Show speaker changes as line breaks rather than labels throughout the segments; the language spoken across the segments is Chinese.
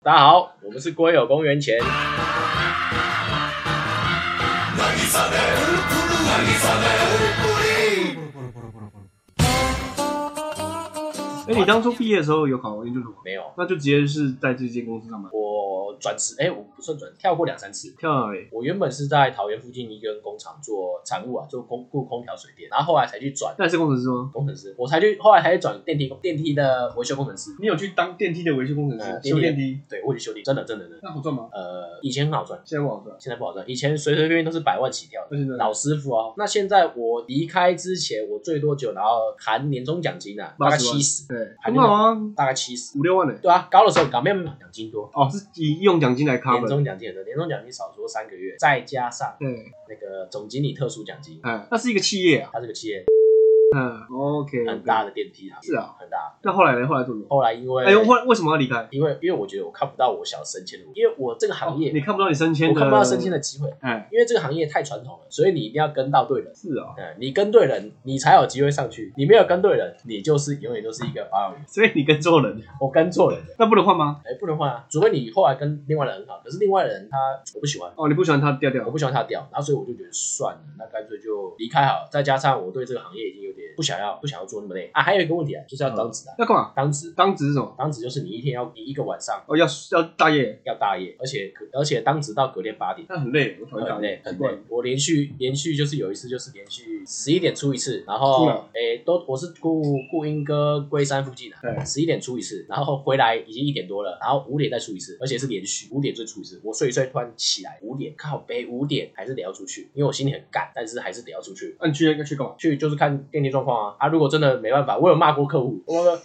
大家好，我们是龟友公园前。
哎，你当初毕业的时候有考研究所吗？
没有，
那就直接是在这间公司上班，
我转职，哎、我不算转，跳过两三次。
跳了哎。
我原本是在桃园附近一个工厂做产物啊，做空雇空调水电，然后后来才去转
那你是工程师吗？
工程师，我才去后来才去转电梯电梯的维修工程师。
你有去当电梯的维修工程
呃
师，
电
修
梯的
电梯，
对，我去修理，真的真的真的。
那好赚吗？
呃，以前很好赚，
现在不好赚，
现在不好赚。以前随随便便都是百万起跳的
那。现在
老师傅啊，那现在我离开之前，我最多就拿到含年终奖金啊，大概
80
七
万
十，
对，
还
很
没
好啊，
大概七十。
五六万呢。
对啊，高的时候很高，没有没有奖金多，
哦，是以用奖金来
年
cover。
终奖金的年终奖金少说三个月，再加上
对，
那个总经理特殊奖金，
哎，那是一个企业啊。
它这个企业
嗯，OK，
很大。的电梯啊，
是啊
很大。
那后来呢？后来做什么？
后来因为
哎，为为什么要离开？
因为因为我觉得我看不到我想升迁的路，因为我这个行业
哦你看不到你升迁
我
的，
看不到升迁的。机会，
哎，
因为这个行业太传统了，所以你一定要跟到对人。
是啊，
嗯，你跟对人，你才有机会上去。你没有跟对人，你就是永远都是一个保养员。
所以你跟错人，
我跟错人了，
那不能换吗？
哎、不能换啊，除非你后来跟另外人很好，可是另外人他我不喜欢，
哦，你不喜欢他调调
我。不喜欢他的调，然后所以我就觉得算了，那干脆就离开好了。再加上我对这个行业已经有点不想要，不想要做那么累啊。还有一个问题啊，就是
嗯
要当值啊，
要干嘛？
当值，
当值是什么？
当值就是你一天要你一个晚上
哦，要要大夜，
要大夜，而且可而且当值到隔天八点。
那很累，我讨厌大
很累
夜，，
很
奇怪
累。我连续连续就是有一次，就是连续十一点出一次，然后
出了
诶、都我是雇雇英哥龟山附近
对
的，十一点出一次，然后回来已经一点多了，然后五点再出一次，而且是连续五点再出一次。我睡一睡突然起来，五点靠背五点还是得要出去，因为我心里很赶，但是还是得要出去。
那你去应该去 干嘛？
去就是看电梯状况啊啊！如果真的没办法，我有骂过客户，我我我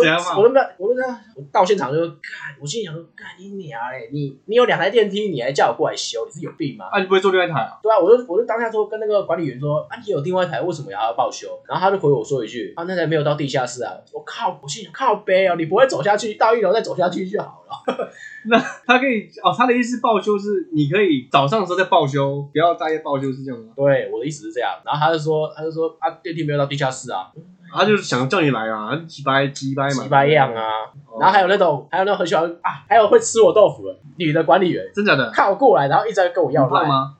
怎样嘛？
我都在我都在我到现场就看，我心里想说，干你娘嘞！你你有两台电梯，你还叫我过来修，你是有病吗？
啊，你不会坐另外一台啊？
对啊，我就我就当下说跟那个管理员说，啊，你有另外一台，为什么要报修？然后他就回我说一句，啊，那台没有到地下室啊。我靠，我心想靠背哦，你不会走下去，到一楼再走下去就好了。
他可以哦，他的意思报修是你可以早上的时候再报修，不要大夜报修是这样吗？
对，我的意思是这样。然后他就说，他就说啊，电梯没有到地下室啊，
他就是想叫你来啊，鸡掰鸡掰嘛，
鸡巴样。啊。
哦
然后还有那种，还有那种很喜欢啊，还有会吃我豆腐的女的管理员，
真假的？
看我过来，然后一直在跟我要
很胖
赖，
吗？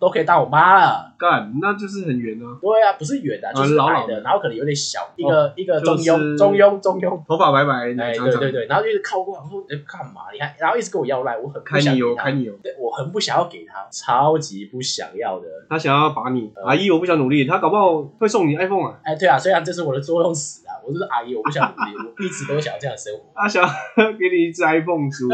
都可以当我妈了。
干，那就是很圆啊，
对啊，不是远的、啊，
嗯
就是
老
矮
老
的，
的哦
然后可能有点小，一个一个中
就
庸，
是
中庸，中庸。
头发白白，
哎，
奶长
对
长，
对对，然后就一直靠过来，我说哎干嘛？你还然后一直跟我要赖，我很不
开
想
你油
给
开
他，
你油，
对我很不想要给他，超级不想要的。
他想要把你
嗯
阿姨，我不想努力，他搞不好会送你 iPhone 啊，
哎，对啊，虽然这是我的作用词啊，我就是阿姨，我不想努力，我一直都想要这样的生活。
他想要给你一只 iPhone 十五，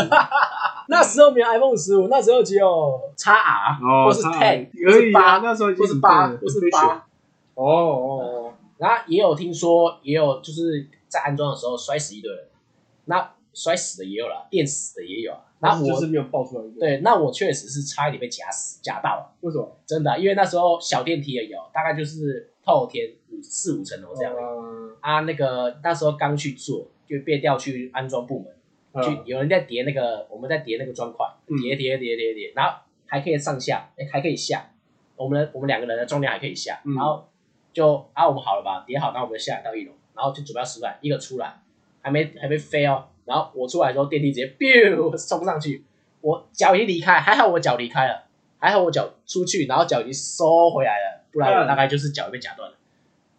那时候没有 iPhone 十五，那时候只有 x R
哦，
或是
他
Ten，
可以
八
啊，，那时候已
或
经
是
很
八，
笨了
或是八，，
哦哦哦，
然后也有听说，也有就是在安装的时候摔死一堆人，那摔死的也有啦，电死的也有啊。那我、
就是没有爆出来一个，
对，那我确实是差一点被夹死，夹到了，
为什么？
真的啊、因为那时候小电梯也有，大概就是透天五四五层楼这样、
呃
啊。那个那时候刚去做，就被调去安装部门，
呃
就有人在叠那个，我们在叠那个砖块，
嗯
叠叠叠叠叠，然后还可以上下，哎，还可以下，我们的我们两个人的重量还可以下，
嗯
然后就啊，我们好了吧，叠好，然后我们下来到一楼，然后就准备要出来，一个出来，还没还没飞哦，然后我出来的时候，电梯直接 biu 冲上去，我脚已经离开，还好我脚离开了，还好我脚出去，然后脚已经收回来了，不然我
嗯
大概就是脚被夹断了，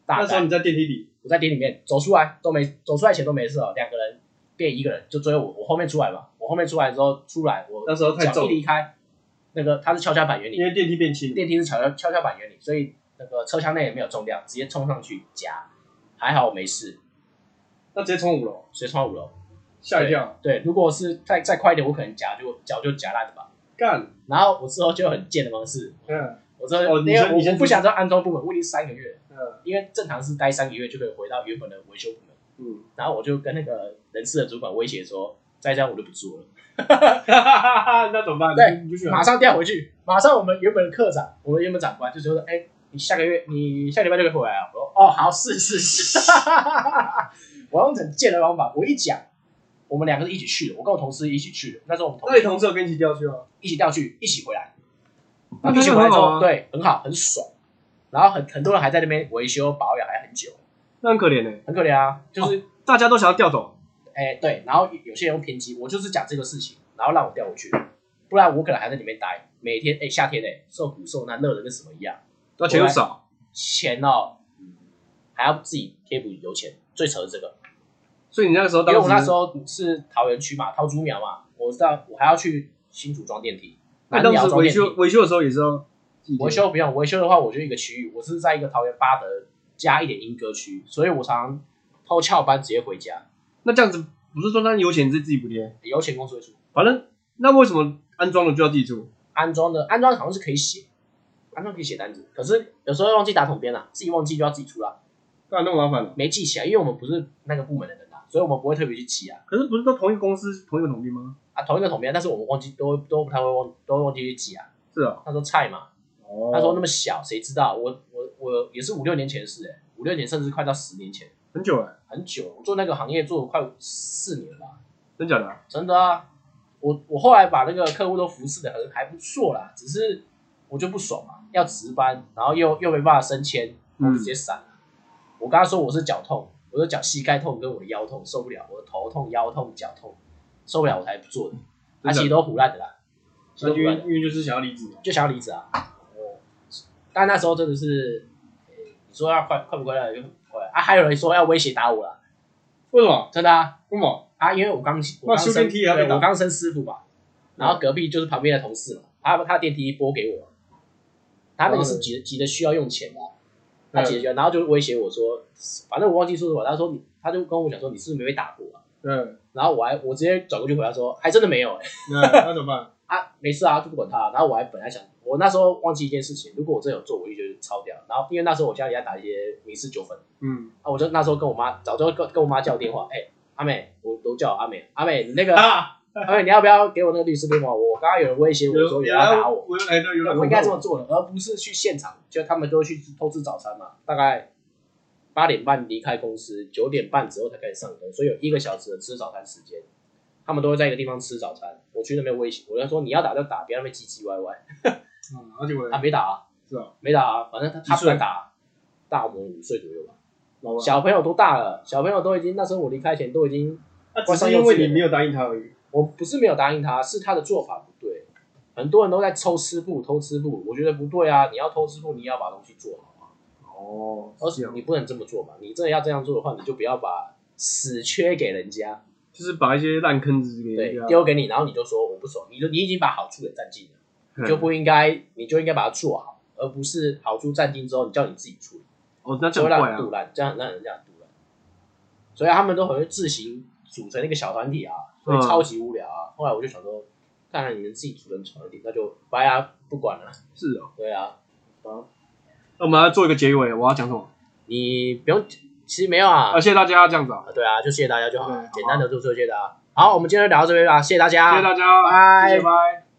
大
那时
概
候你在电梯里，
我在店里面走出来都没走出来前都没事哦，两个人变一个人就追我，我后面出来嘛，我后面出来之后出来，我
那时候太
脚
重
一离开，那个它是跷跷板原
因
理，
为电梯变轻，
电梯是跷跷跷跷板原理，所以那个车厢内也没有重量，直接冲上去夹，还好我没事，
那直接冲五楼，
直接冲到五楼。
吓一跳，
对，如果是再再快一点，我可能夹就脚就夹烂了吧。
干，
然后我之后就很贱的方式，
嗯
我之后、
哦
因
你
为
先
我
你先
我不想做安装部门，我已经三个月了，
嗯
因为正常是待三个月就可以回到原本的维修部门。
嗯，
然后我就跟那个人事的主管威胁说，再这样我就不做了，
那怎么办？
对
你就去啊哪
马上调回去，马上我们原本的科长，我们原本长官就说，哎，你下个月你下礼拜就可以回来啊。我说，哦，好，是是是， 我用很贱的方法，我一讲，我们两个是一起去的，我跟我同事一起去的，那时候我们同
那你同事有跟你一起调去啊？
一起调去，一起回来，
那
然后一起
就
回来
很
之
好
后，
啊，，
对，很好，很爽。然后很很多人还在那边维修保养，还很久，
那很可怜呢，欸
很可怜啊，就是
大家都想要调走，
哎，对，然后有些人会偏激，我就是讲这个事情，然后让我掉回去，不然我可能还在里面待，每天哎夏天哎受苦受难，热的跟什么一样，
那钱又少，
钱哦，还要自己贴补油钱，最扯的是这个，
所以你那个时候
因
当
为
时
我那时候是桃园区嘛，桃竹苗嘛，我知道我还要去新竹装电梯，
那
南
哎当
寮
时
装
维
电梯，
修维修的时候也是要自己
维修不用，维修的话，我就一个区域，我是在一个桃园八德加一点莺歌区，所以我常常偷翘班直接回家，
那这样子不是说那油钱是自己补贴，
有钱公司会出。
反正那为什么安装了就要自己做？
安装的，安装好像是可以写，安装可以写单子，可是有时候忘记打桶边了、自己忘记就要自己出啦，
不然那么麻烦了。
没记起来，因为我们不是那个部门的人啊，所以我们不会特别去记啊。
可是不是都同一个公司同一个统兵吗？
啊，同一个桶边，但是我们忘记都都不太会忘，都会忘记去记啊。
是啊，
他说菜嘛，
哦
他说那么小，谁知道？我我我也是五六年前的事哎、五六年甚至快到十年前，
很久了，
很久了，我做那个行业做了快四年了吧。
真假的啊？
真的啊，我我后来把那个客户都服侍的很还不错啦，只是我就不爽嘛，要值班，然后又又没办法升迁，我就直接闪了。我跟他说我是脚痛，我说脚膝盖痛跟我的腰痛受不了，我的头痛、腰痛、脚痛受不了，我才不做的。他、
真的
其实都胡烂的啦，其实都
那
胡
因为
烂的，
因为就是想要离职嘛，
就想要离职啊。哦，但那时候真的是，呃你说要快快不快乐就很快啊，还有人说要威胁打我啦，
为什么？
真的啊。
为什么？
啊，因为我刚我
那
刚
修
升
电梯也要被
对
打
我刚升师傅吧，然后隔壁就是旁边的同事嘛，他他电梯拨给我，他那个
哦
是急急着需要用钱的啊，
嗯
他急着需要，然后就威胁我说，反正我忘记说什么，他说你，他就跟我讲说你是不是没被打过啊？
嗯，
然后我还我直接转过去回答说，还真的没有哎、
那那怎么办？
啊，没事啊，就不管他。然后我还本来想，我那时候忘记一件事情，如果我真的有做，我一定就是抄掉。然后因为那时候我家里在打一些民事纠纷，
嗯，
啊，我就那时候跟我妈早就跟跟我妈叫电话，哎、阿美，我都叫我阿美，阿美你那个。
啊，
而哎且你要不要给我那个律师电话？我刚刚有人威胁我说有人要打我，
我哎对，有人
我应该这么做的，而不是去现场，就他们都去偷吃早餐嘛。大概八点半离开公司，九点半之后才开始上工，所以有一个小时的吃早餐时间。他们都会在一个地方吃早餐，我去那边威胁，我就说你要打就打，别让他们唧唧歪歪。
嗯，而且我
他、没打啊，
是啊，
没打啊，反正他他不敢打啊，大我们五岁左右吧。
老板，
小朋友都大了，小朋友都已经那时候我离开前都已经
那只是因为你没有答应他而已。
我不是没有答应他，是他的做法不对。很多人都在抽师傅、偷师傅，我觉得不对啊！你要偷师傅，你也要把东西做好啊，
哦，
而
是
且
啊，
你不能这么做嘛。你真的要这样做的话，你就不要把死缺给人家，
就是把一些烂坑子给
对
人，家
丢给你，然后你就说我不爽，你就你已经把好处给占尽了，
嗯
你就不应该，你就应该把它做好，而不是好处占尽之后，你叫你自己处理，
哦，那这
就会
样
让
怪
人
啊，
杜烂，这样让人家杜烂。所以他们都很会自行组成一个小团体啊，所以
嗯
超级无聊啊。后来我就想说，看来你们自己组成团体，那就拜啊，不管了。
是哦。
对啊，
那我们要做一个结尾，我要讲什么？
你不用，其实没有啊。
啊，谢谢大家这样子啊，
对啊，就谢谢大家就好
对好
了
啊，
简单的就说谢谢大家。好，我们今天就聊到这边吧，谢谢大家，啊
谢谢大家，
拜
谢谢拜。